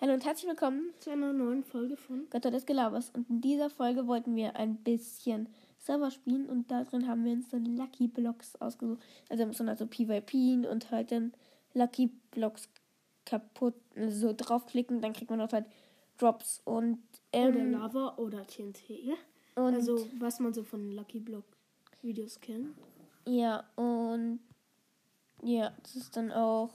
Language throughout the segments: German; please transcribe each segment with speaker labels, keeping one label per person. Speaker 1: Hallo und herzlich willkommen
Speaker 2: Zu einer neuen Folge von.
Speaker 1: Götter des Gelabers. Und in dieser Folge wollten wir ein bisschen Server spielen und darin haben wir uns dann Lucky Blocks ausgesucht. Also wir müssen also PvP und halt dann Lucky Blocks kaputt so draufklicken, dann kriegt man dort halt Drops und
Speaker 2: Oder
Speaker 1: ähm,
Speaker 2: Lava oder TNT.
Speaker 1: und
Speaker 2: also, was man so von Lucky Block Videos kennt.
Speaker 1: Ja, und ja, das ist dann auch.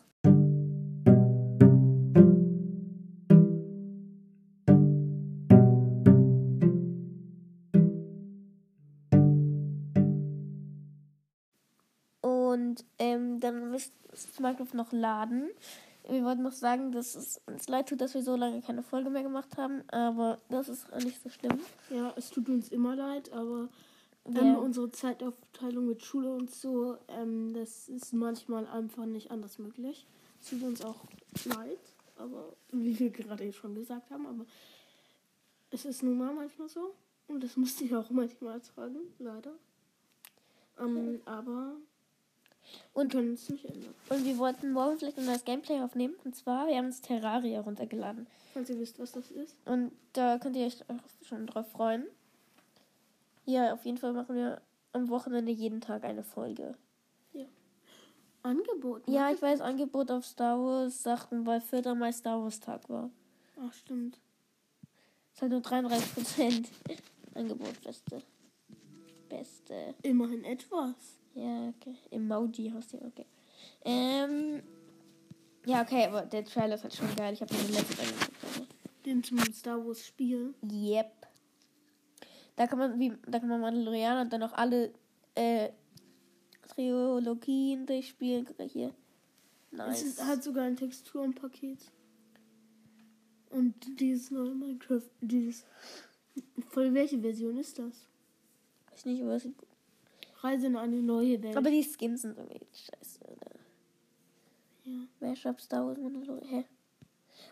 Speaker 1: Und ähm, dann müsst ihr Minecraft noch laden. Wir wollten noch sagen, dass es uns leid tut, dass wir so lange keine Folge mehr gemacht haben, aber das ist auch nicht so schlimm.
Speaker 2: Ja, es tut uns immer leid, aber
Speaker 1: Ja.
Speaker 2: ähm, unsere Zeitaufteilung mit Schule und so, ähm, das ist manchmal einfach nicht anders möglich. Es tut uns auch leid, aber wie wir gerade eben schon gesagt haben, aber es ist nun mal manchmal so. Und das musste ich auch manchmal ertragen, leider. Ähm, aber wir
Speaker 1: Hm. Und
Speaker 2: können es nicht ändern.
Speaker 1: Und wir wollten morgen vielleicht ein neues Gameplay aufnehmen. Und zwar, wir haben uns Terraria runtergeladen.
Speaker 2: Falls ihr wisst, was das ist.
Speaker 1: Und da könnt ihr euch auch schon drauf freuen. Ja, auf jeden Fall machen wir am Wochenende jeden Tag eine Folge.
Speaker 2: Angebot. ne?
Speaker 1: Ja, ich weiß, Angebot auf Star Wars Sachen, weil 4. Mai Star Wars Tag war.
Speaker 2: Ach, stimmt.
Speaker 1: Es hat nur 33% Angebot. Beste. Beste.
Speaker 2: Immerhin etwas.
Speaker 1: Ja, okay. Emoji hast du, okay. Ähm. Ja, okay, aber der Trailer ist halt schon geil. Ich habe den letzten angeguckt. aber-
Speaker 2: Den zum Star Wars Spiel.
Speaker 1: Yep. Da kann man, wie, da kann man Mandalorianer und dann auch alle äh, Trilogien durchspielen. Guck mal hier.
Speaker 2: Es
Speaker 1: Nice.
Speaker 2: ist, halt hat sogar ein Texturenpaket. Und dieses neue Minecraft, dieses. Von welche Version ist das?
Speaker 1: Weiß nicht, aber, es sieht gut.
Speaker 2: Reise in eine neue Welt.
Speaker 1: aber die Skins sind irgendwie scheiße. Oder?
Speaker 2: Ja.
Speaker 1: Mashup Star Wars Mandalorian. Hä?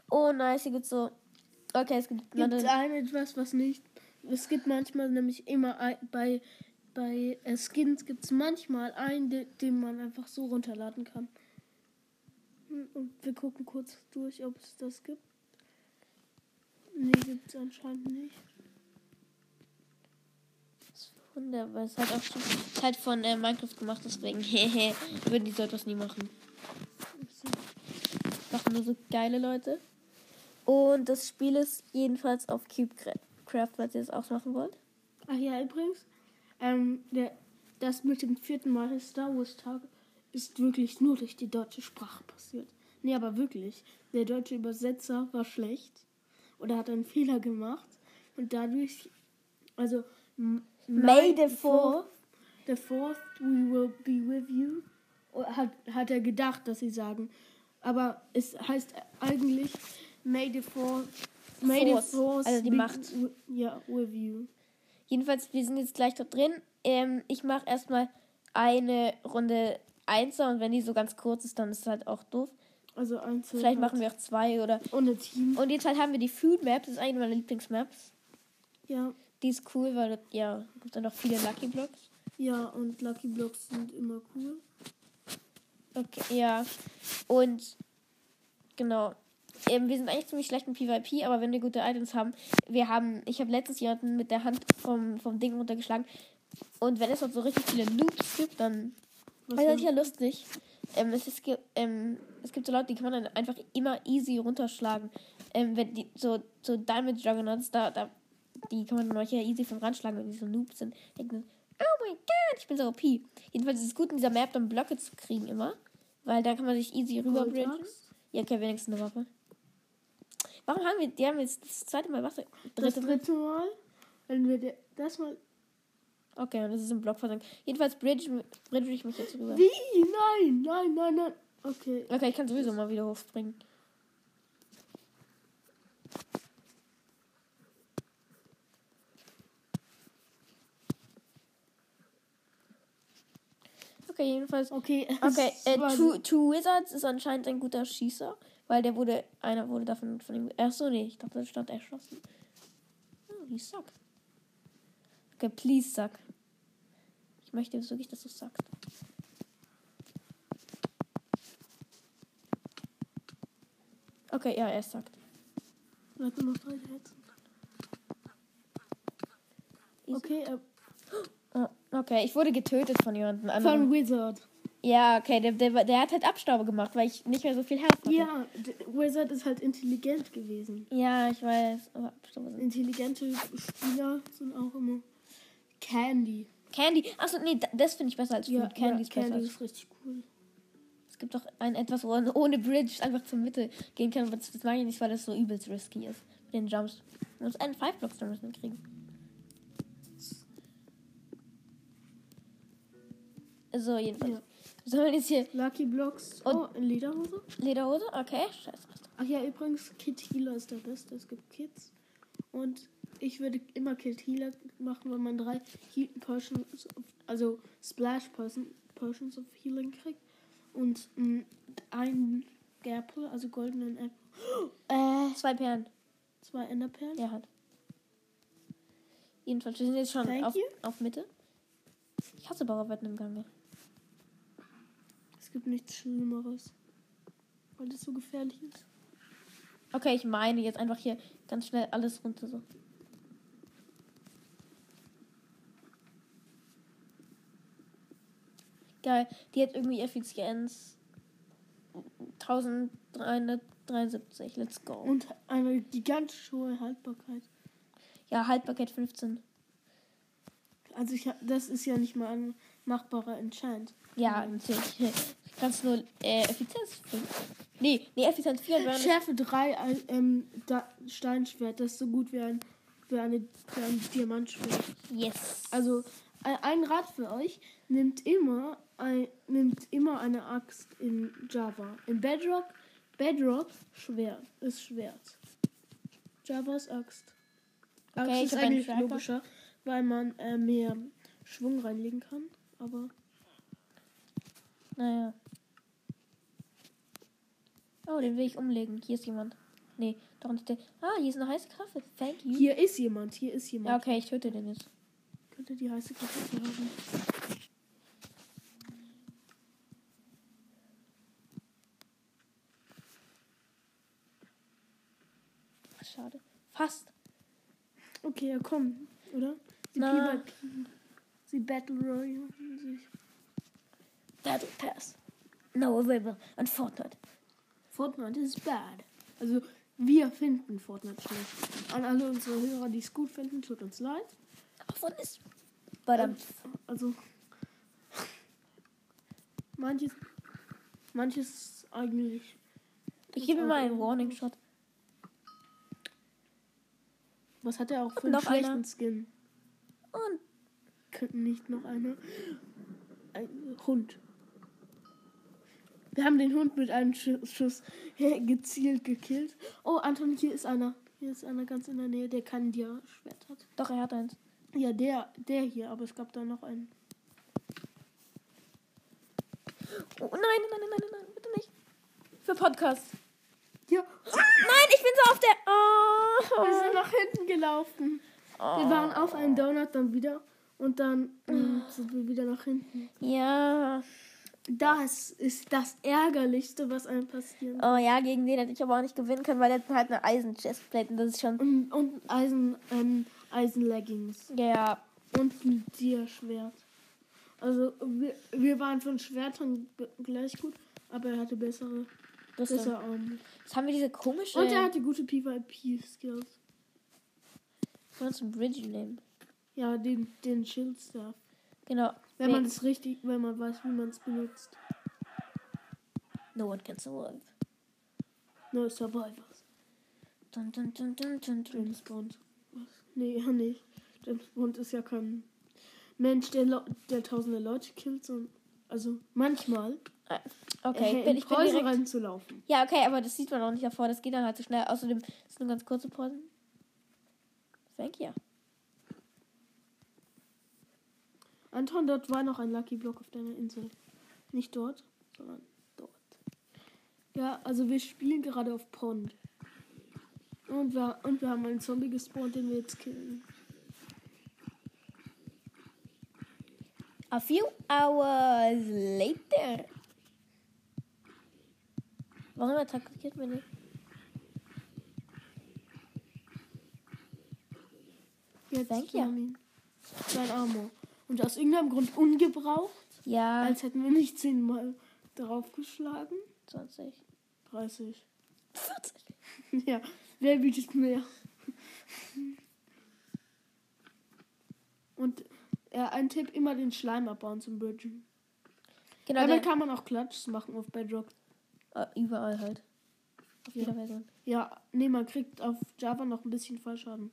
Speaker 1: Oh, nice. Hier gibt's so. Okay, es gibt.
Speaker 2: gibt
Speaker 1: Mandal-
Speaker 2: ein etwas, was nicht. Es gibt manchmal nämlich immer ein, bei bei äh, Skins gibt es manchmal einen, de, den man einfach so runterladen kann. Hm, Und wir gucken kurz durch, ob es das gibt. Nee, gibt es anscheinend nicht.
Speaker 1: Wunderbar. Es hat auch schon ist halt von äh, Minecraft gemacht, deswegen. Würden die so etwas nie machen. machen nur so geile Leute. Und das Spiel ist jedenfalls auf CubeCraft, falls ihr es auch machen wollt.
Speaker 2: Ach ja, übrigens, ähm, der, das mit dem vierten Mal des Star Wars Tag ist wirklich nur durch die deutsche Sprache passiert. Nee, aber wirklich. Der deutsche Übersetzer war schlecht oder hat einen Fehler gemacht und dadurch, also m-
Speaker 1: May the
Speaker 2: the fourth, the fourth, we will be with you, oh, hat, hat er gedacht, dass sie sagen. Aber es heißt eigentlich May the fourth, May
Speaker 1: Force,
Speaker 2: the fourth,
Speaker 1: also die
Speaker 2: be-
Speaker 1: Macht.
Speaker 2: wi- ja, with you.
Speaker 1: Jedenfalls, wir sind jetzt gleich dort drin. Ähm, ich mache erstmal eine Runde Einser und wenn die so ganz kurz ist, dann ist es halt auch doof.
Speaker 2: Also einzeln.
Speaker 1: Vielleicht machen wir auch zwei oder.
Speaker 2: ohne Team.
Speaker 1: Und jetzt halt haben wir die Food Map, das ist eine meiner Lieblingsmaps.
Speaker 2: Ja,
Speaker 1: Die ist cool, weil dort, ja, gibt dann noch viele Lucky Blocks.
Speaker 2: ja und Lucky Blocks sind immer cool.
Speaker 1: Okay, ja. Und genau. Ähm, wir sind eigentlich ziemlich schlecht im PvP, aber wenn wir gute Items haben, wir haben, ich habe letztens jemanden mit der Hand vom, vom Ding runtergeschlagen. Und wenn es dort so richtig viele Loops gibt, dann
Speaker 2: Was
Speaker 1: das ist das
Speaker 2: denn?
Speaker 1: ja lustig. Ähm, es, ist, ge- ähm, es gibt so Leute, die kann man dann einfach immer easy runterschlagen. Ähm, wenn die, so, so Diamond Juggernauts, da, da, die kann man manchmal easy vom Rand schlagen, wenn die so Noobs sind. Denken, so, oh mein Gott, ich bin so OP. Jedenfalls ist es gut, in dieser Map dann Blöcke zu kriegen immer. Weil da kann man sich easy rüberbridgen.
Speaker 2: Goldachs?
Speaker 1: Ja, okay, wenigstens eine Waffe. Warum haben wir, die haben jetzt das zweite Mal Waffe?
Speaker 2: Das
Speaker 1: Dritte Mal?
Speaker 2: dritte Mal, wenn wir de- das mal.
Speaker 1: Okay, und das ist im Block versenkt. Jedenfalls bridge, bridge ich mich jetzt rüber.
Speaker 2: Wie? Nein, nein, nein, nein. Okay.
Speaker 1: Okay, ich kann sowieso mal wieder hochspringen. Okay, jedenfalls.
Speaker 2: Okay.
Speaker 1: Okay,
Speaker 2: es
Speaker 1: äh,
Speaker 2: war-
Speaker 1: Two, Two Wizards ist anscheinend ein guter Schießer, weil der wurde, einer wurde davon von ihm. Achso, nee, ich dachte, das stand erschossen. Oh, you suck. Okay, please suck. Ich möchte jetzt wirklich, dass du sagst. Okay, ja, er sagt.
Speaker 2: Bleibt nur noch drei Herzen. Okay, äh,
Speaker 1: Oh, Okay, ich wurde getötet von jemandem anderem.
Speaker 2: von Wizard.
Speaker 1: ja, okay, der, der, war- der hat halt Abstaube gemacht, weil ich nicht mehr so viel Herz hatte.
Speaker 2: Ja, d- Wizard ist halt intelligent gewesen.
Speaker 1: Ja, ich weiß. Aber Abstaube sind.
Speaker 2: Intelligente Spieler sind auch immer Candy.
Speaker 1: Candy. Achso, nee, da- das finde ich besser als Food. Candy ist besser.
Speaker 2: Candy
Speaker 1: Als,
Speaker 2: ist richtig cool.
Speaker 1: es gibt doch ein etwas, wo man ohne Bridge einfach zur Mitte gehen kann. Aber das, das mag ich nicht, weil das so übelst risky ist. Mit den Jumps. Man muss einen Five Blocks damit hinkriegen. So, jedenfalls.
Speaker 2: Ja.
Speaker 1: Sollen wir jetzt hier
Speaker 2: Lucky Blocks.
Speaker 1: Und-
Speaker 2: Oh, in Lederhose.
Speaker 1: Lederhose? Okay, scheiße.
Speaker 2: Ach ja, übrigens, Kid Healer ist der Beste. Es gibt Kids. Und ich würde immer Kid Healer machen, wenn man drei Heal Potions, also Splash Potion- Potions of Healing kriegt. Und mh, einen Apple, also goldenen Apple. Äh,
Speaker 1: Zwei Perlen.
Speaker 2: zwei Enderperlen.
Speaker 1: Der hat. Jedenfalls, wir sind jetzt schon
Speaker 2: Thank
Speaker 1: auf,
Speaker 2: you.
Speaker 1: auf Mitte. Ich hasse Bauarbeiten im Gang.
Speaker 2: Es gibt nichts Schlimmeres. Weil das so gefährlich ist.
Speaker 1: Okay, ich meine jetzt einfach hier ganz schnell alles runter so. Geil, die hat irgendwie Effizienz 1373. Let's go.
Speaker 2: Und eine gigantisch hohe Haltbarkeit.
Speaker 1: Ja, Haltbarkeit 15.
Speaker 2: Also ich hab, das ist ja nicht mal ein machbarer Enchant.
Speaker 1: Ja, natürlich. Kannst nur äh, Effizienz 5. Nee, nee, Effizienz 4 wäre nicht-
Speaker 2: Schärfe 3 ähm, da, Steinschwert, das ist so gut wie ein, wie eine, wie ein Diamantschwert.
Speaker 1: Yes.
Speaker 2: Also ein, ein Rat für euch, nehmt immer, ein, nehmt immer eine Axt in Java. In Bedrock, Bedrock Schwert ist Schwert. Javas Axt. Axt
Speaker 1: Okay, ich
Speaker 2: ist
Speaker 1: hab einen
Speaker 2: eigentlich
Speaker 1: Schwerter.
Speaker 2: logischer, weil man äh, mehr Schwung reinlegen kann, aber
Speaker 1: Naja. Oh, den will ich umlegen. Hier ist jemand. Nee, doch nicht der. Ah, hier ist eine heiße Karaffe. Thank you.
Speaker 2: hier ist jemand, hier ist
Speaker 1: Hm. Ja,
Speaker 2: jemand.
Speaker 1: okay, ich töte den jetzt.
Speaker 2: Könnte die heiße Kartoffel haben.
Speaker 1: Ach, schade. Fast.
Speaker 2: Okay, ja, komm, oder? Sie
Speaker 1: Na.
Speaker 2: PvP. Sie Battle Royale sich.
Speaker 1: Battle Pass. No available. Und Fortnite.
Speaker 2: Fortnite ist bad. Also, wir finden Fortnite schlecht. An alle unsere Hörer, die es gut finden, tut uns leid.
Speaker 1: Aber von ist. Verdammt.
Speaker 2: Also, manches, manches ist eigentlich.
Speaker 1: Ich gebe mir mal einen Warning Shot.
Speaker 2: Was hat er auch
Speaker 1: Und
Speaker 2: für einen
Speaker 1: noch
Speaker 2: schlechten
Speaker 1: einer.
Speaker 2: Skin?
Speaker 1: Und
Speaker 2: Könnten nicht noch eine. Ein Hund. Wir haben den Hund mit einem Schu- Schuss gezielt gekillt. Oh, Anton, hier ist einer. Hier ist einer ganz in der Nähe, der kein Dia-Schwert hat.
Speaker 1: doch, er hat eins.
Speaker 2: Ja, der, der hier, aber es gab da noch einen.
Speaker 1: Oh nein, nein, nein, nein, nein, bitte nicht. Für Podcast.
Speaker 2: Ja,
Speaker 1: Nein, ich bin so auf der. Oh.
Speaker 2: wir sind nach hinten gelaufen.
Speaker 1: Ah.
Speaker 2: Wir waren auf einen Donut dann wieder und dann mm, sind wir wieder nach hinten.
Speaker 1: Oh. Ja.
Speaker 2: Das ist das Ärgerlichste, was einem passieren
Speaker 1: Oh ja, gegen den hätte ich aber auch nicht gewinnen können, weil der hat halt eine Eisen-Chestplate und das ist schon.
Speaker 2: Und, und Eisen, ähm, Eisenleggings
Speaker 1: Ja, ja.
Speaker 2: und ein Dierschwert. Also wir, wir waren von Schwertern g- gleich gut, aber er hatte bessere,
Speaker 1: Das
Speaker 2: bessere
Speaker 1: ist
Speaker 2: Arme.
Speaker 1: Jetzt haben wir diese komische.
Speaker 2: Und er hatte gute PvP-Skills.
Speaker 1: Können wir uns einen Bridge nehmen?
Speaker 2: Ja, den, den Schild-Stuff.
Speaker 1: Genau.
Speaker 2: Wenn man
Speaker 1: Wer-
Speaker 2: es richtig, wenn man weiß, wie man es benutzt.
Speaker 1: No one can survive.
Speaker 2: No Survivors.
Speaker 1: Dun, dun, dun, dun, dun, dun.
Speaker 2: James Bond. Was? Nee, ja nicht. James Bond ist ja kein Mensch, der, Leu- der tausende Leute killt. sondern- also manchmal.
Speaker 1: Okay,
Speaker 2: äh,
Speaker 1: ich bin,
Speaker 2: in
Speaker 1: ich bin
Speaker 2: Häuser
Speaker 1: direkt.
Speaker 2: reinzulaufen.
Speaker 1: Ja, okay, aber das sieht man auch nicht davor. Das geht dann halt so schnell. Außerdem ist nur ganz kurze Pause. Thank you.
Speaker 2: Anton, dort war noch ein Lucky Block auf deiner Insel. Nicht dort, sondern dort. Ja, also wir spielen gerade auf Pond. Und wir, und wir haben einen Zombie gespawnt, den wir jetzt killen.
Speaker 1: A few hours later. Warum attackiert man nicht?
Speaker 2: Jetzt
Speaker 1: Thank you.
Speaker 2: Yamin. Sein Armor. Und aus irgendeinem Grund ungebraucht,
Speaker 1: Ja,
Speaker 2: als hätten wir nicht zehnmal draufgeschlagen.
Speaker 1: 20.
Speaker 2: 30.
Speaker 1: 40.
Speaker 2: Ja, wer bietet mehr? Und äh, ein Tipp, immer den Schleim abbauen zum Bridgen.
Speaker 1: Genau,
Speaker 2: Damit
Speaker 1: der,
Speaker 2: kann man auch Klatschs machen auf Bedrock.
Speaker 1: äh, überall halt. Auf
Speaker 2: Ja.
Speaker 1: jeder Version.
Speaker 2: Ja, nee, man kriegt auf Java noch ein bisschen Fallschaden.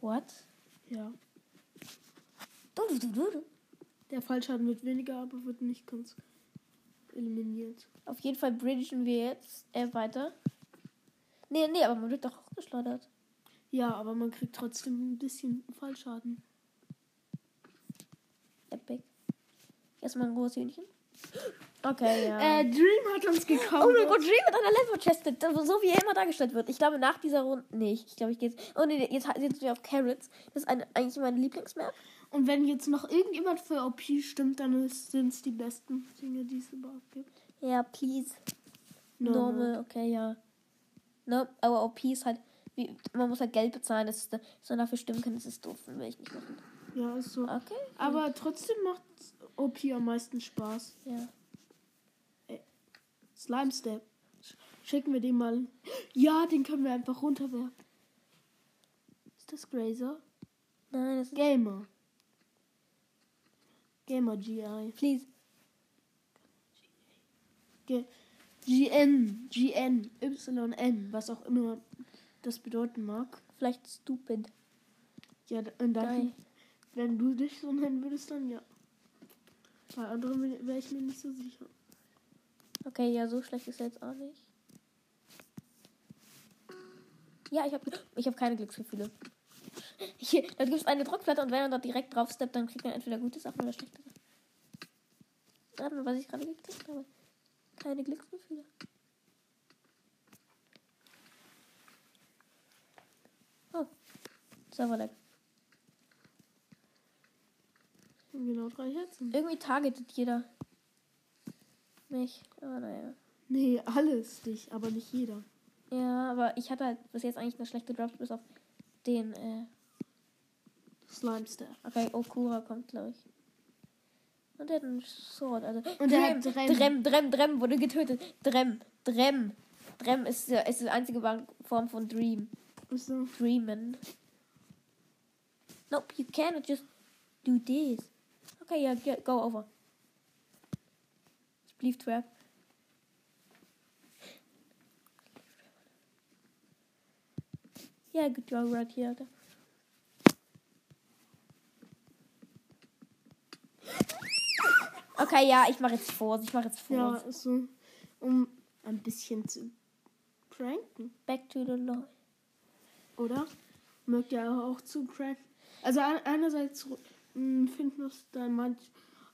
Speaker 1: What?
Speaker 2: Ja.
Speaker 1: Du, du, du, du, du.
Speaker 2: Der Fallschaden wird weniger, aber wird nicht ganz eliminiert.
Speaker 1: Auf jeden Fall bridgen wir jetzt äh, weiter. Nee, nee, aber man wird doch hochgeschleudert.
Speaker 2: Ja, aber man kriegt trotzdem ein bisschen Fallschaden.
Speaker 1: Epic. Erstmal ein rohes Hühnchen. Okay, ja.
Speaker 2: Äh, Dream hat uns gekauft.
Speaker 1: oh mein Gott, Dream mit einer Level Chested, so wie er immer dargestellt wird. Ich glaube, nach dieser Runde. Nee, ich glaube, ich gehe jetzt. Oh nee, jetzt ha- sind wir auf Carrots. Das ist eine, eigentlich mein Lieblingsmap.
Speaker 2: Und wenn jetzt noch irgendjemand für OP stimmt, dann sind es die besten Dinge, die es überhaupt gibt.
Speaker 1: Ja, please. Normal, okay, ja. No, aber OP ist halt, wie, man muss halt Geld bezahlen, das ist, da- dass man dafür stimmen kann, das ist doof, will ich nicht machen.
Speaker 2: Ja, ist so.
Speaker 1: Okay.
Speaker 2: Aber trotzdem macht OP am meisten Spaß.
Speaker 1: Ja.
Speaker 2: Slime Step. Sch- Schicken wir den mal. Ja, den können wir einfach runterwerfen. Ist das Grazer?
Speaker 1: Nein, das ist.
Speaker 2: Gamer. Gamer GI.
Speaker 1: Please.
Speaker 2: Ge- GN. GN. YN. Was auch immer das bedeuten mag.
Speaker 1: Vielleicht stupid.
Speaker 2: Ja, d- und dann,
Speaker 1: Geil.
Speaker 2: wenn du dich so nennen würdest, dann ja. Bei anderen wäre ich mir nicht so sicher.
Speaker 1: Okay, ja, so schlecht ist er jetzt auch nicht. Ja, ich habe ich hab keine Glücksgefühle. Hier, da gibt es eine Druckplatte und wenn man da direkt drauf steppt, dann kriegt man entweder gute Sachen oder schlechte Sachen. Warte mal, was ich gerade geklickt habe. Keine Glücksgefühle. Oh. Serverlag.
Speaker 2: Genau drei Herzen.
Speaker 1: Irgendwie targetet jeder mich. Aber naja.
Speaker 2: Nee, alles dich, aber nicht jeder.
Speaker 1: Ja, aber ich hatte halt bis jetzt eigentlich eine schlechte Draft, bis auf den, äh,
Speaker 2: Slime Step.
Speaker 1: okay, Okura kommt, glaube ich. Und der hat einen Sword, also.
Speaker 2: Und der hat Drem.
Speaker 1: Drem, Drem, Drem wurde getötet. Drem, Drem. Drem ist, ja- ist die einzige Wa- Form von Dream.
Speaker 2: Also,
Speaker 1: Dreamen. Nope, you cannot just do this. Okay, yeah, get, go over. Leave trap. Yeah, good job right here. Okay, ja, ich mache jetzt vor. Ich mache jetzt vor.
Speaker 2: ja, ist so. Um ein bisschen zu pranken,
Speaker 1: Back to the law.
Speaker 2: oder? Mögt ihr aber auch zu pranken. Also ein- einerseits mh, finden es dann manch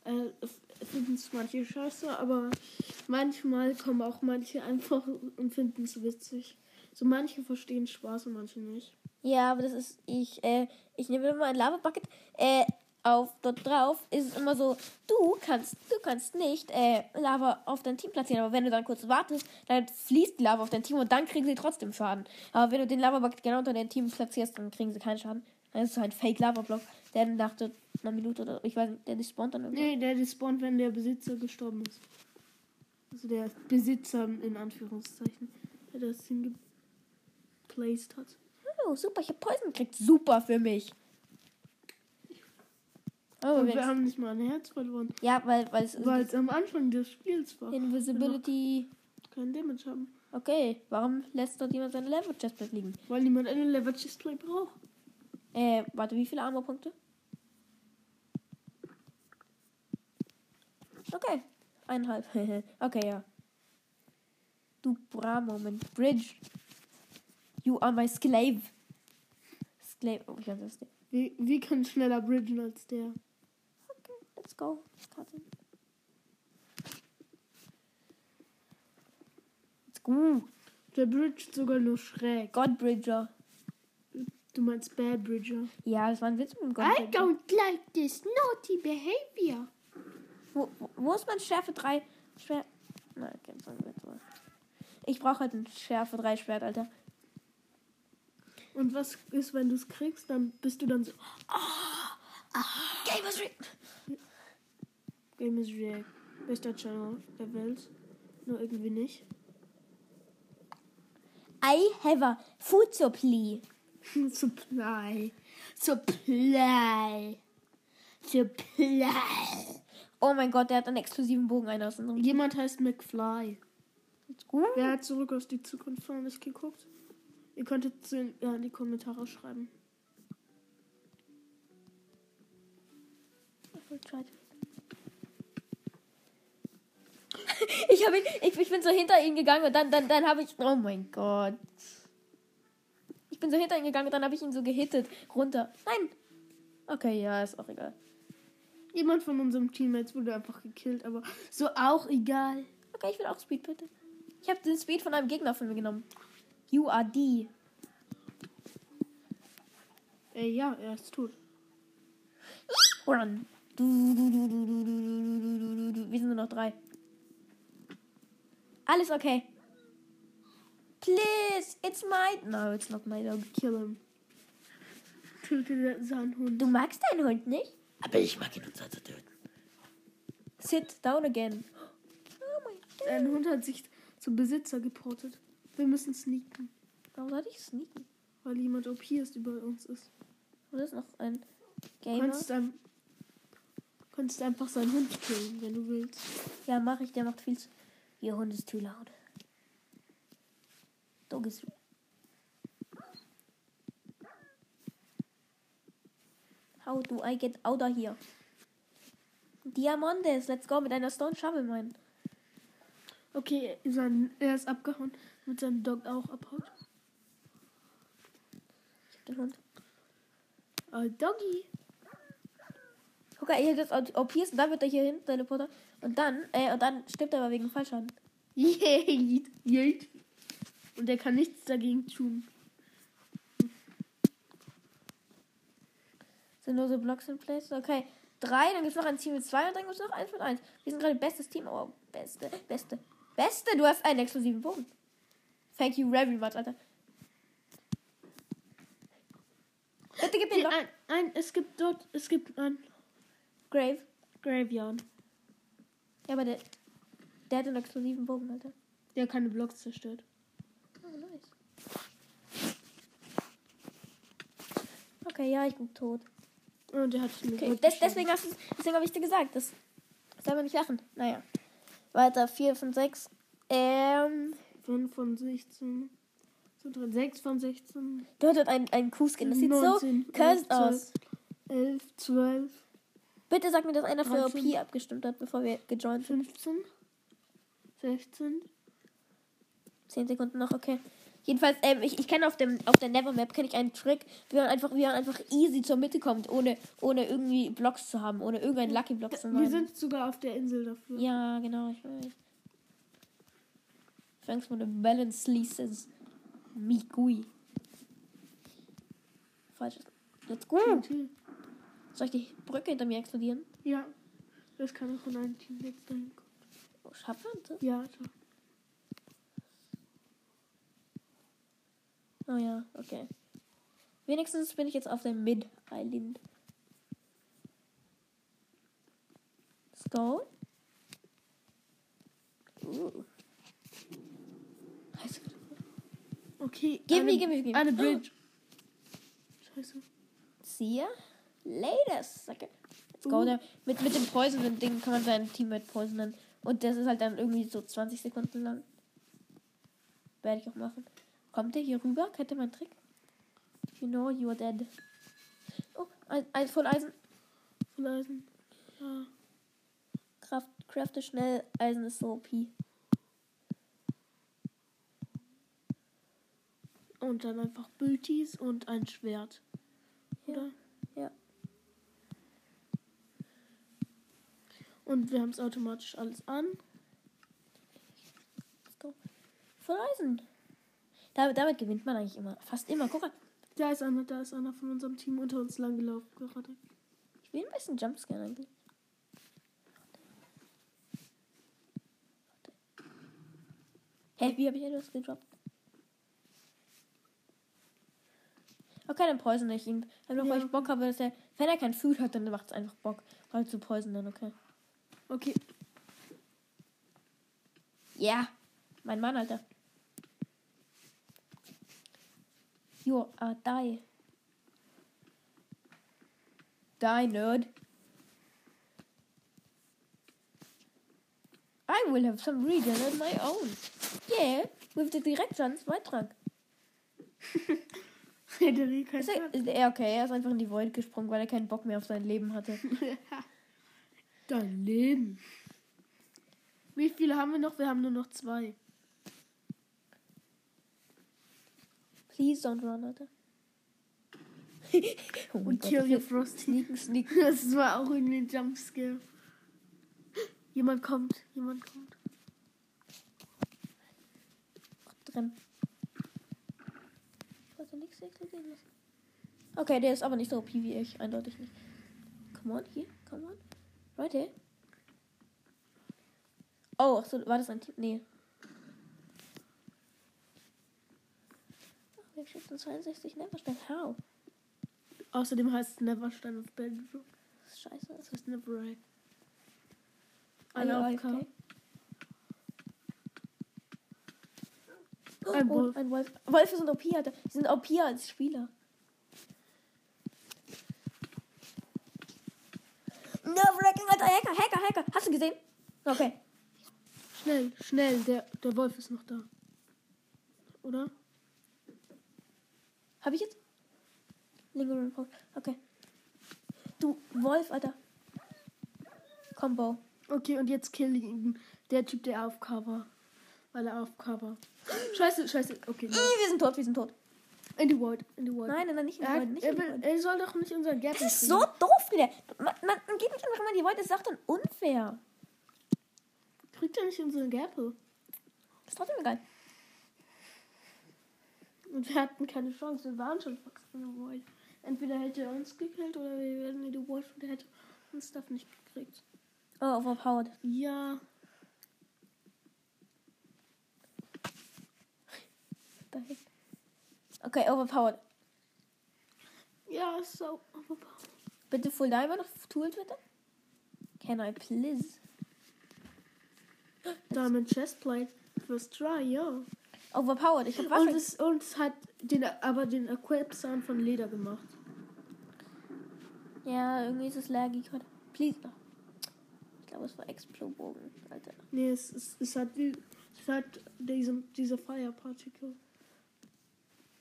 Speaker 2: äh, f- finden es manche scheiße, aber manchmal kommen auch manche einfach und finden es witzig. So manche verstehen Spaß und manche nicht.
Speaker 1: Ja, aber das ist, ich, äh, ich nehme immer ein Lava-Bucket, äh, auf, dort drauf ist es immer so, du kannst, du kannst nicht, äh, Lava auf dein Team platzieren, aber wenn du dann kurz wartest, dann fließt die Lava auf dein Team und dann kriegen sie trotzdem Schaden. Aber wenn du den Lava-Bucket genau unter dein Team platzierst, dann kriegen sie keinen Schaden. Dann ist es so ein Fake-Lava-Block, der dann nach einer Minute oder, ich weiß nicht, der dich spawnt dann irgendwann.
Speaker 2: Nee, der despawnt, wenn der Besitzer gestorben ist. Also der Besitzer in Anführungszeichen, der das hingeplaced hat.
Speaker 1: Oh, super, ich hab Poison gekriegt, super für mich. Aber
Speaker 2: Und
Speaker 1: wenn-
Speaker 2: wir haben nicht mal ein Herz verloren,
Speaker 1: ja, weil, weil es
Speaker 2: weil es am Anfang des Spiels war.
Speaker 1: Invisibility...
Speaker 2: Kein Damage haben,
Speaker 1: Okay, warum lässt dort jemand seine Level Chestplate liegen?
Speaker 2: weil niemand eine Level Display braucht.
Speaker 1: Äh, warte, wie viele Armorpunkte? Okay, eineinhalb. okay, ja. Du Bra-Moment. Bridge. You are my slave. Slave. Oh, ich weiß das nicht.
Speaker 2: Wie, wie kann schneller bridgen als der?
Speaker 1: Okay, let's go. Karte. Let's go.
Speaker 2: Der bridgt sogar nur schräg.
Speaker 1: God Bridger.
Speaker 2: Du meinst Bad Bridger.
Speaker 1: Ja, das war ein Witz mit dem God
Speaker 2: I
Speaker 1: Bridger.
Speaker 2: don't like this naughty behavior.
Speaker 1: Wo, wo- wo ist mein Schärfe 3 Schwert? Nein, kein Song mehr drüber. Ich brauche halt ein Schärfe 3 Schwert, Alter.
Speaker 2: Und was ist, wenn du es kriegst, dann bist du dann so,
Speaker 1: Game is real.
Speaker 2: Game is real. Bester Channel der Welt. Nur irgendwie nicht.
Speaker 1: I have a food supply.
Speaker 2: Supply. Supply. Supply.
Speaker 1: Oh mein Gott, der hat einen exklusiven Bogen, einer aus unserem
Speaker 2: Jemand heißt McFly.
Speaker 1: Gut.
Speaker 2: Wer hat zurück aus die Zukunft von nicht geguckt? Ihr könntet es in, ja, in die Kommentare schreiben.
Speaker 1: Ich, hab ihn, ich, ich bin so hinter ihn gegangen und dann, dann, dann habe ich. Oh mein Gott. Ich bin so hinter ihn gegangen und dann habe ich ihn so gehittet. Runter. Nein. Okay, ja, ist auch egal.
Speaker 2: Jemand von unserem Teammates wurde einfach gekillt, aber so auch egal.
Speaker 1: Okay, ich will auch Speed, bitte. Ich habe den Speed von einem Gegner von mir genommen. You are D.
Speaker 2: Äh, ja, er ist tot.
Speaker 1: Run. Du, du, du, du, du, du, du, du, du, du, du. Wir sind nur noch drei. Alles okay. Please, it's my. No, it's not my dog.
Speaker 2: Kill him. Tötete seinen Hund.
Speaker 1: Du magst deinen Hund nicht?
Speaker 3: Aber ich mag ihn uns also töten.
Speaker 1: Sit down again. Oh mein Gott.
Speaker 2: Sein Hund hat sich zum Besitzer geportet. Wir müssen sneaken,
Speaker 1: Warum sollte ich sneaken?
Speaker 2: weil jemand OP ist über uns ist.
Speaker 1: Und das ist noch ein
Speaker 2: Du
Speaker 1: Gamer.
Speaker 2: kannst, ein, kannst einfach seinen Hund killen, wenn du willst.
Speaker 1: Ja, mach ich. Der macht viel zu. Ihr Hund ist too loud. Dog is. How do I get out of here? Diamondes, let's go mit einer Stone Shovel, mein.
Speaker 2: Okay, sein, er ist abgehauen. Mit seinem Dog auch abhaut.
Speaker 1: Ich hab den Hund.
Speaker 2: Äh, Doggy.
Speaker 1: Guck mal, ihr das OP ist und dann wird er hier hin, Teleporter. Und dann, äh, und dann stirbt er aber wegen Fallschaden.
Speaker 2: Yeet. Yeet. Und er kann nichts dagegen tun.
Speaker 1: Sind nur so Blocks in place. Okay. Drei, dann gibt's noch ein Team mit zwei und dann gibt's noch eins mit eins. Wir sind gerade bestes Team. Oh, beste, beste, beste. Du hast einen exklusiven Bogen. Thank you very much, Alter. Bitte gib mir
Speaker 2: Nee,
Speaker 1: noch
Speaker 2: ein, ein, es gibt dort, es gibt ein
Speaker 1: Grave.
Speaker 2: Graveyard,
Speaker 1: Ja, aber der, der hat einen exklusiven Bogen, Alter.
Speaker 2: der keine Blocks zerstört.
Speaker 1: Oh, nice. Okay, ja, ich bin tot.
Speaker 2: Und der hat mich
Speaker 1: Okay,
Speaker 2: heute
Speaker 1: des,
Speaker 2: schon-
Speaker 1: deswegen, hast du's- deswegen habe ich dir gesagt, das soll man nicht lachen. Naja. Weiter, 4, 5, 6. Ähm,
Speaker 2: 5 von 16. So drin. 6 von 16.
Speaker 1: du hattest einen, einen Kuhskin. Das sieht so
Speaker 2: 19,
Speaker 1: cursed
Speaker 2: 11, 12,
Speaker 1: aus.
Speaker 2: 11, 12,
Speaker 1: Bitte sag mir, dass einer für
Speaker 2: 13.
Speaker 1: OP abgestimmt hat, bevor wir gejoint sind.
Speaker 2: 15, 16.
Speaker 1: 10 Sekunden noch, okay. Jedenfalls, ähm, ich, ich kenne auf, dem, auf der Never Map kenne ich einen Trick, wie man einfach, wie man einfach easy zur Mitte kommt, ohne, ohne irgendwie Blocks zu haben, ohne irgendeinen Lucky Block zu haben.
Speaker 2: Wir sind sogar auf der Insel dafür.
Speaker 1: Ja, genau, ich weiß. Thanks for the balance leases. Migui. Falsches. Let's go.
Speaker 2: TNT.
Speaker 1: Soll ich die Brücke hinter mir explodieren?
Speaker 2: Ja. Das kann auch von einem Team jetzt dahin kommen.
Speaker 1: Oh, Schafft man das?
Speaker 2: Ja, so.
Speaker 1: Oh ja, okay. Wenigstens bin ich jetzt auf der Mid-Island. Let's go. Uh. Scheiße.
Speaker 2: Okay.
Speaker 1: Give
Speaker 2: eine,
Speaker 1: me, give me, give me.
Speaker 2: Eine Bridge. Scheiße.
Speaker 1: See ya later, sucker. Let's go.
Speaker 2: Uh.
Speaker 1: Der, mit, mit dem Poisonen-Ding kann man seinen Teammate poisonen. Und das ist halt dann irgendwie so 20 Sekunden lang. Werde ich auch machen. Kommt der hier rüber? Kennt ihr meinen Trick? You know you're dead. Oh, ein, ein Volleisen.
Speaker 2: Von Eisen. Ja.
Speaker 1: Kraft, crafte schnell. Eisen ist so OP.
Speaker 2: Und dann einfach Bültis und ein Schwert. Oder?
Speaker 1: Ja.
Speaker 2: Und wir haben es automatisch alles an.
Speaker 1: Let's go. Volleisen. Damit, damit gewinnt man eigentlich immer. Fast immer. Guck mal.
Speaker 2: Da ist einer, da ist einer von unserem Team unter uns lang gelaufen gerade.
Speaker 1: Ich will ein bisschen Jumpscare eigentlich. Hä, wie habe ich etwas gedroppt? kann den Poison nicht. Ihm, einfach weil
Speaker 2: Ja.
Speaker 1: ich Bock habe, dass er, wenn er kein Food hat, dann macht es einfach Bock. Halt zu Poison dann, okay.
Speaker 2: Okay.
Speaker 1: Ja, mein Mann, Alter. You are die. Die, nerd. I will have some regen on my own. Yeah, with the direct chance, my trunk.
Speaker 2: Frederik
Speaker 1: Ist
Speaker 2: heißt
Speaker 1: er, ist er, okay, er ist einfach in die Void gesprungen, weil er keinen Bock mehr auf sein Leben hatte.
Speaker 2: Dein Leben. Wie viele haben wir noch? Wir haben nur noch zwei.
Speaker 1: Please don't run, Alter. oh mein
Speaker 2: Und
Speaker 1: Gott.
Speaker 2: Tyrion
Speaker 1: ich-
Speaker 2: Frosty.
Speaker 1: Sneaken, sneaken.
Speaker 2: Das war auch irgendwie ein Jumpscare. Jemand kommt, jemand kommt.
Speaker 1: drin. Wollte nichts extra gehen lassen. Okay, der ist aber nicht so OP wie ich, eindeutig nicht. Come on, hier, come on. Right here. Oh, ach so, war das ein Team? Nee. Oh, Wir schützen 62 Neverstein. How?
Speaker 2: Außerdem heißt es Never Stein auf Bedrock.
Speaker 1: Das ist scheiße.
Speaker 2: Das heißt Never Right.
Speaker 1: Are you
Speaker 2: Alle auf
Speaker 1: AFK?
Speaker 2: K.
Speaker 1: Oh,
Speaker 2: Ein
Speaker 1: oh,
Speaker 2: Wolf.
Speaker 1: ein Wolf. Wölfe sind OP, Alter. Die sind OP als Spieler. Nerve-wracking, Alter. Hacker, Hacker, Hacker. Hast du gesehen? Okay.
Speaker 2: Schnell, schnell, der, der Wolf ist noch da. Oder?
Speaker 1: Hab ich jetzt? Lingering Power. Okay. Du Wolf, Alter. Combo.
Speaker 2: Okay, und jetzt kill ihn. Der Typ, der auf K war. Weil er auf K war. Scheiße, scheiße. Okay,
Speaker 1: Ih, wir sind tot, wir sind tot.
Speaker 2: in die Void, in die Void.
Speaker 1: Nein, nein, nein, nicht in die
Speaker 2: er,
Speaker 1: Void, nicht in
Speaker 2: er,
Speaker 1: die Void.
Speaker 2: will, er soll doch nicht unseren Gap
Speaker 1: Das ist so doof, Frieda. Man, man, man geht nicht einfach immer die Wolke, das ist auch dann unfair.
Speaker 2: Kriegt er nicht unseren Gap? Und
Speaker 1: Das ist trotzdem egal.
Speaker 2: wir hatten keine Chance. Wir waren schon fast in der Void. Entweder hätte er uns gekillt oder wir werden in die Void und er hätte uns Stuff nicht gekriegt.
Speaker 1: Oh, overpowered.
Speaker 2: Ja.
Speaker 1: Da hinten. Okay, overpowered.
Speaker 2: Ja, so. Aber
Speaker 1: Bitte Full Diamond auf Tool, bitte. Can I please?
Speaker 2: Diamond Chestplate. First try, ja.
Speaker 1: Overpowered. Ich hab
Speaker 2: Und
Speaker 1: Waffe.
Speaker 2: es uns hat den, aber den Equip-Sound von Leder gemacht.
Speaker 1: Ja, irgendwie ist es laggy gerade. Please. Oh. Ich glaube, es war Explobogen, Alter.
Speaker 2: Nee, es, es, es hat, die- es hat diese, diese Fire Particle.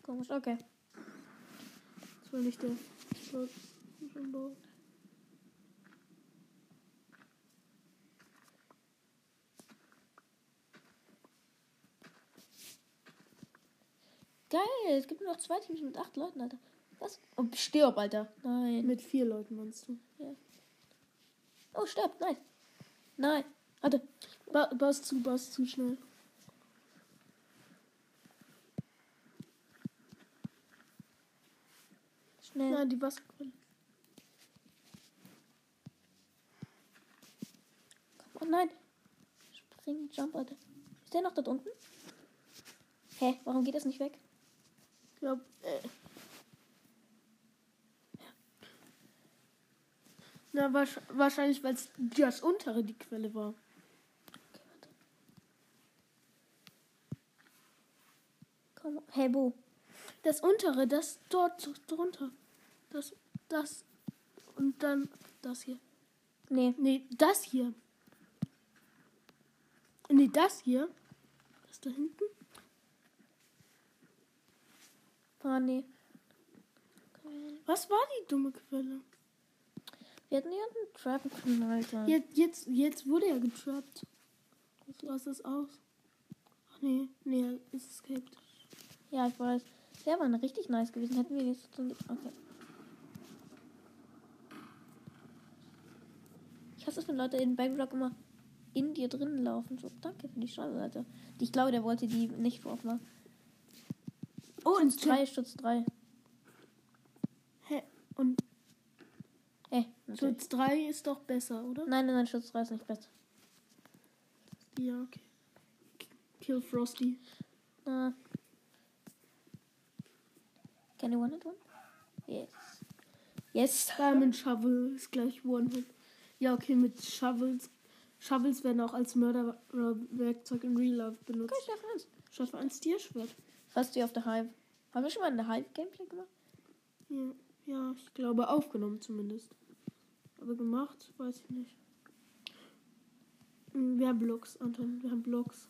Speaker 1: Komisch, okay.
Speaker 2: Das war nicht der. das war nicht ein Bau.
Speaker 1: Geil, es gibt nur noch zwei Teams mit acht Leuten, Alter. Was? Oh, stirb, Alter. Nein.
Speaker 2: Mit vier Leuten meinst du?
Speaker 1: Oh, stirb, nein. Nein. Warte.
Speaker 2: Ba baust zu, baust zu schnell.
Speaker 1: Schnell.
Speaker 2: Nein, die Basketball.
Speaker 1: Oh nein. Spring, Jump, Alter. Ist der noch dort unten? Hä, warum geht das nicht weg?
Speaker 2: Ich glaub, äh. Na, wahrsch- wahrscheinlich, weil es das untere die Quelle war.
Speaker 1: Okay, warte. Komm, hey, Bo.
Speaker 2: Das untere, das dort drunter. Das, das und dann das hier.
Speaker 1: Nee,
Speaker 2: Nee, das hier. Nee, das hier. Das da hinten.
Speaker 1: ah, nee.
Speaker 2: Was war die dumme Quelle?
Speaker 1: Wir hätten jemanden trappen können, Alter.
Speaker 2: Jetzt, jetzt, jetzt wurde er getrappt. Jetzt lass es aus. Ach nee, nee, er ist escaped.
Speaker 1: Ja, ich weiß. Der war richtig nice gewesen. Hätten wir jetzt so Okay. Ich hasse es, wenn Leute in Backblock immer in dir drin laufen. So, danke für die Scheibe, Alter. Ich glaube, der wollte die nicht vorab machen.
Speaker 2: Oh, und
Speaker 1: Drei, Schutz 3.
Speaker 2: Hä? Und
Speaker 1: Hey, natürlich.
Speaker 2: Schutz 3 ist doch besser, oder?
Speaker 1: Nein, nein, nein, Schutz 3 ist nicht besser.
Speaker 2: Ja, okay. Kill Frosty.
Speaker 1: Na. Can you one it one? Yes. Yes.
Speaker 2: Diamond Shovel ist gleich One-Hit. Ja, okay, mit Shovels. Shovels werden auch als Mörderwerkzeug in Real Life benutzt.
Speaker 1: Okay, Stefan.
Speaker 2: Schaffe ein Stierschwert.
Speaker 1: Fast wie auf der Hype. Haben wir schon mal eine Hype-Gameplay gemacht?
Speaker 2: Ja, ja, ich glaube, aufgenommen zumindest. Aber gemacht, weiß ich nicht. Hm, Wir haben Blogs, Anton. Wir haben Blogs.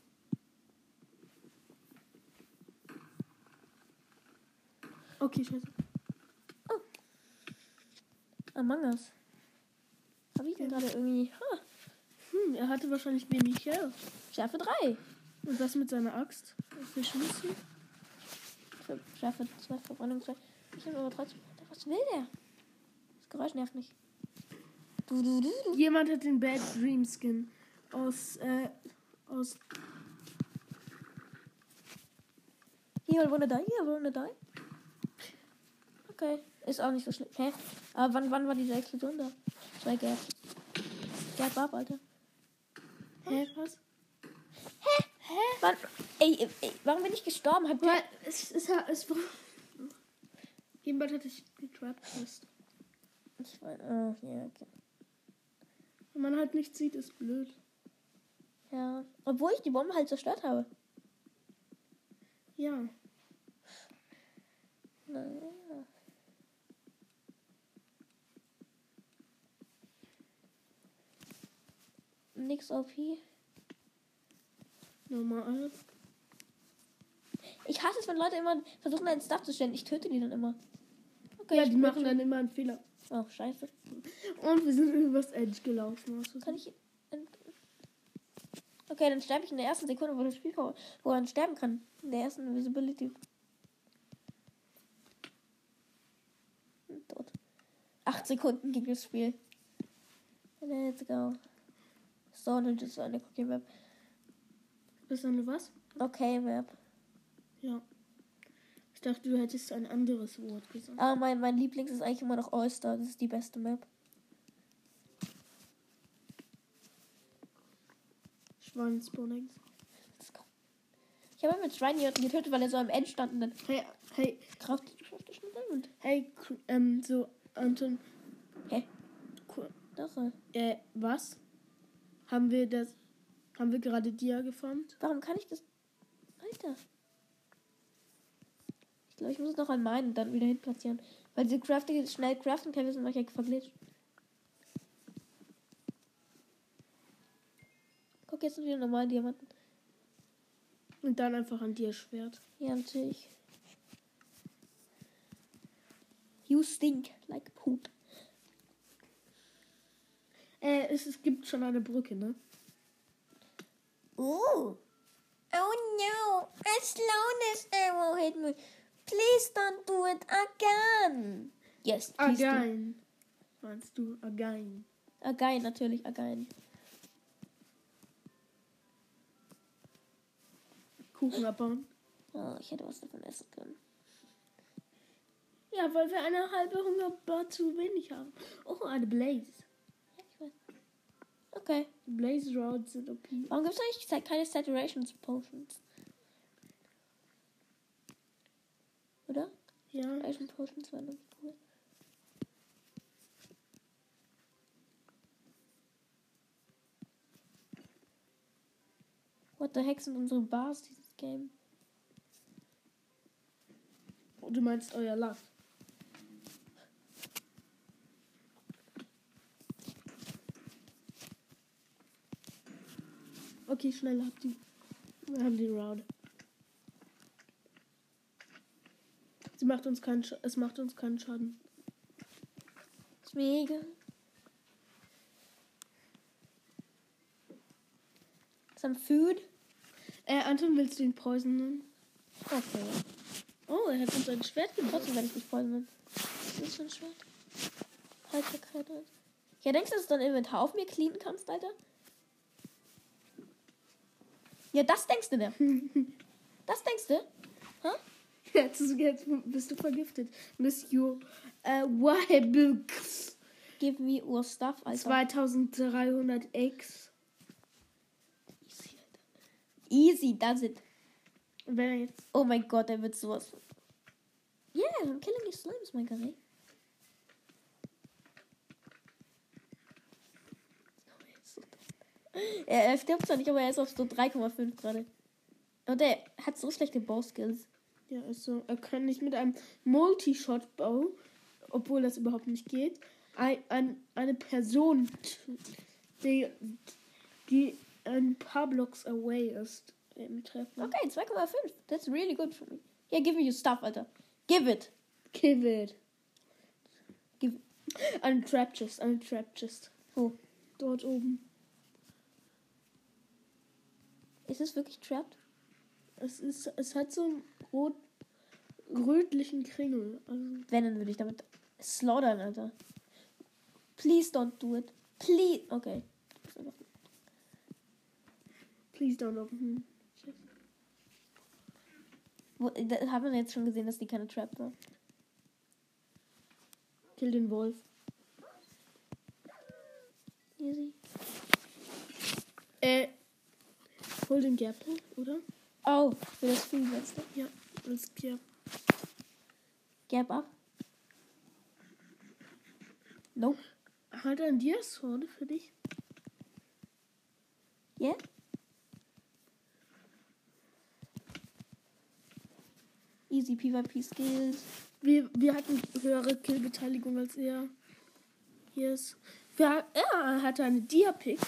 Speaker 2: Okay, scheiße.
Speaker 1: Among Us. Hab ich denn gerade irgendwie. Ha,
Speaker 2: Hm, er hatte wahrscheinlich wenig Geld.
Speaker 1: Schärfe 3.
Speaker 2: Und was mit seiner Axt? Efficiency?
Speaker 1: Schärfe 2, Verbrennung 2. Ich nehme aber trotzdem. Was will der? Das Geräusch nervt mich. Du, du, du, du.
Speaker 2: Jemand hat den Bad Dream Skin aus, äh, aus
Speaker 1: Hier, wanna die? Hier, wanna die? Okay, ist auch nicht so schlimm. Hä? Aber wann, wann war diese Explosion da? Das war Gerd. Gerd Barb, Alter.
Speaker 2: Hä, was?
Speaker 1: Wann, ey, ey, warum bin ich gestorben? Hat
Speaker 2: Weil es ist ja, es war. Jemand hat dich getrappt fast.
Speaker 1: Ich weiß, oh, ja, okay.
Speaker 2: Wenn man halt nichts sieht, ist blöd.
Speaker 1: Ja. Obwohl ich die Bombe halt zerstört habe.
Speaker 2: Ja.
Speaker 1: Naja. Nix OP.
Speaker 2: Normal.
Speaker 1: Ich hasse es, wenn Leute immer versuchen, einen Stuff zu stellen. Ich töte die dann immer. Okay,
Speaker 2: Ja,
Speaker 1: ich
Speaker 2: die
Speaker 1: bin
Speaker 2: machen
Speaker 1: schon-
Speaker 2: dann immer einen Fehler.
Speaker 1: Oh, scheiße.
Speaker 2: Und wir sind übers Edge gelaufen. Aus
Speaker 1: Kann ich.
Speaker 2: Versehen.
Speaker 1: Okay, dann sterbe ich in der ersten Sekunde, wo das Spiel kommt, wo man sterben kann. In der ersten Invisibility. Hm, Tot. Acht Sekunden ging das Spiel. Let's go. So, und das war eine Cookie Map.
Speaker 2: Ist eine was?
Speaker 1: Okay, Map.
Speaker 2: Ja. Ich dachte, du hättest ein anderes Wort gesagt.
Speaker 1: Aber Ah, mein, mein Lieblings ist eigentlich immer noch All-Star. Das ist die beste Map.
Speaker 2: Schweinsbonings.
Speaker 1: Let's go. Ich habe mit Schwein jemanden getötet, weil er so am End stand und dann
Speaker 2: Hey, hey,
Speaker 1: drauf geschafft ist mit dem Mund.
Speaker 2: hey, K- ähm, so, Anton.
Speaker 1: Hä?
Speaker 2: K-
Speaker 1: Doch, äh,
Speaker 2: Äh, was? Haben wir das. Haben wir gerade Dia gefarmt?
Speaker 1: Warum kann ich das? Alter. Ich glaube, ich muss es noch an meinen und dann wieder hin platzieren. Weil diese craftige, schnell craften kann, sind manchmal verglitscht. Guck, jetzt sind wieder normale Diamanten.
Speaker 2: Und dann einfach ein Dia-Schwert.
Speaker 1: Ja, natürlich. You stink like poop.
Speaker 2: Äh, es, es gibt schon eine Brücke, ne?
Speaker 1: Oh. Oh no. A slowness arrow hit me. Please don't do it again. Yes,
Speaker 2: Ah,
Speaker 1: please do.
Speaker 2: Again. Meinst du ah, Again?
Speaker 1: Again, natürlich, Again.
Speaker 2: Kuchen abbauen?
Speaker 1: Oh, ich hätte was davon essen können.
Speaker 2: Ja, weil wir eine halbe Hungerbar zu wenig haben. Oh, eine Blaze.
Speaker 1: Ja, ich weiß. Okay.
Speaker 2: Die Blaze Rods sind OP.
Speaker 1: Warum gibt es eigentlich se- keine Saturations Potions? Oder?
Speaker 2: Ja.
Speaker 1: Saturation Potions waren irgendwie cool. What the heck sind unsere Bars dieses Game?
Speaker 2: Oh, Du meinst euer Love. Okay, schnell habt die. Wir haben die Round. Sie macht uns keinen Sch es macht uns keinen Schaden.
Speaker 1: Ist mega. Some food?
Speaker 2: Äh, Anton, willst du ihn poisonen?
Speaker 1: Okay.
Speaker 2: Oh, er hat uns ein Schwert gebracht.
Speaker 1: Trotzdem werde ich mich freuen, wenn. Das ist schon schwer. Halt mir keiner. Ja, denkst du, dass du dein Inventar auf mir cleanen kannst, Alter? Ja, das denkst du dir. Das denkst du?
Speaker 2: Jetzt, ist- jetzt bist du vergiftet. Miss You. Äh, Wahabix.
Speaker 1: Give me your stuff, Alter.
Speaker 2: 2300 X.
Speaker 1: Easy, Alter. Easy does it.
Speaker 2: Wer jetzt
Speaker 1: Oh mein Gott, er wird sowas. Yeah, I'm killing your slimes, mein Gary. Er, er stirbt zwar nicht, aber er ist auf so 3,5 gerade. Und er hat so schlechte Bowskills.
Speaker 2: Ja, ist so. Er kann nicht mit einem Multishot bauen, obwohl das überhaupt nicht geht. Ein, ein, eine Person, die, die ein paar Blocks away ist, im Treffen.
Speaker 1: Okay, 2,5. That's really good for me. Yeah, give me your stuff, Alter. Give it.
Speaker 2: Give it.
Speaker 1: Give-
Speaker 2: Eine Trap Chest, eine Trap Chest.
Speaker 1: Wo?
Speaker 2: Dort oben.
Speaker 1: Ist es wirklich trapped?
Speaker 2: Es, ist, es hat so einen rot, rötlichen Kringel. Also,
Speaker 1: Wenn, dann würde ich damit slaughtern, Alter. Please don't do it. Please. Okay.
Speaker 2: please don't open.
Speaker 1: Wo, da haben wir jetzt schon gesehen, dass die keine Trap war.
Speaker 2: Kill den Wolf.
Speaker 1: Easy.
Speaker 2: Äh. Hol den Gerpel, oder?
Speaker 1: Oh, für das Vieh, meinst du?
Speaker 2: Ja, als Gerpel.
Speaker 1: Gap up. Nope.
Speaker 2: Hat er ein Diasword für dich?
Speaker 1: Yeah? Easy PvP Skills.
Speaker 2: Wir, wir hatten höhere Killbeteiligung als er. Hier ist. Wir, ha- er hatte eine Dia-Pick.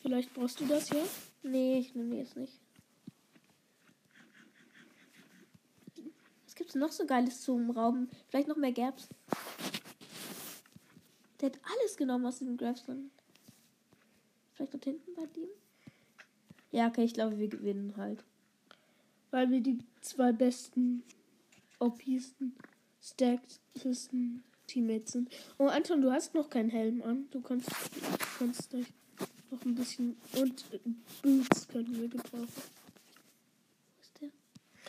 Speaker 2: Vielleicht brauchst du das hier.
Speaker 1: Nee, ich nehme die jetzt nicht. Was gibt's noch so geiles zum Rauben? Vielleicht noch mehr Gaps. Der hat alles genommen aus diesem Grabs drin. Vielleicht dort hinten bei dem? Ja, okay, ich glaube, wir gewinnen halt.
Speaker 2: Weil wir die zwei besten, OPsten, stacktesten Teammates sind. Oh, Anton, du hast noch keinen Helm an. Du kannst, du kannst dich noch ein bisschen. Und äh, Boots können wir gebrauchen.
Speaker 1: Wo ist der?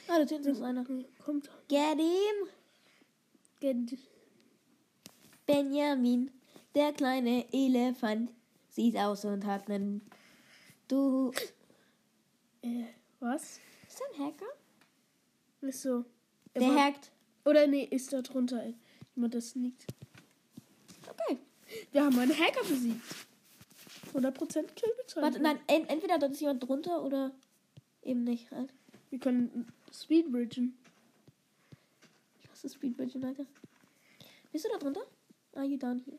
Speaker 1: Ah, dort hinten ist einer.
Speaker 2: Kommt,
Speaker 1: Get him!
Speaker 2: geht.
Speaker 1: Benjamin, der kleine Elefant, sieht aus und hat einen. Du.
Speaker 2: Äh, was?
Speaker 1: Ist der ein Hacker?
Speaker 2: Ist so. Er
Speaker 1: Der
Speaker 2: war-
Speaker 1: hackt.
Speaker 2: Oder nee, ist da drunter jemand, das liegt.
Speaker 1: Okay.
Speaker 2: Wir haben einen Hacker besiegt. 100% Killbeteiligung.
Speaker 1: Warte, nein, en entweder dort ist jemand drunter oder eben nicht. Halt.
Speaker 2: Wir können Speedbridgen.
Speaker 1: Ich hasse Speedbridge, Alter. Bist du da drunter? Are you down here?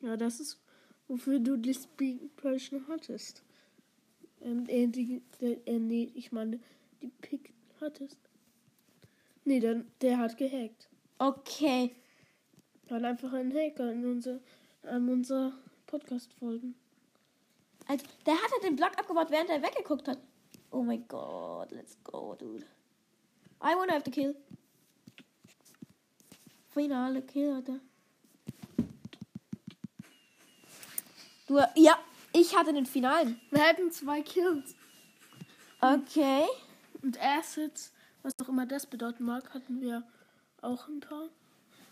Speaker 2: Ja, das ist, wofür du die Speedbridgen hattest. Ähm, äh, die, der, äh, nee, ich meine, die Pick hattest. Nee, dann, der hat gehackt.
Speaker 1: Okay.
Speaker 2: Er hat einfach einen Hacker in unser, an unser Podcast-Folgen.
Speaker 1: Also, der hat halt den Block abgebaut, während er weggeguckt hat. Oh mein Gott, let's go, dude. I wanna have the kill. Finale Kill, Alter. Du, ja, ich hatte den Finalen.
Speaker 2: Wir hatten zwei Kills.
Speaker 1: Okay.
Speaker 2: Und Assets, was auch immer das bedeuten mag, hatten wir auch ein paar.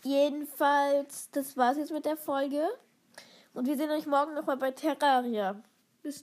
Speaker 1: Jedenfalls, das war's jetzt mit der Folge. Und wir sehen euch morgen nochmal bei Terraria.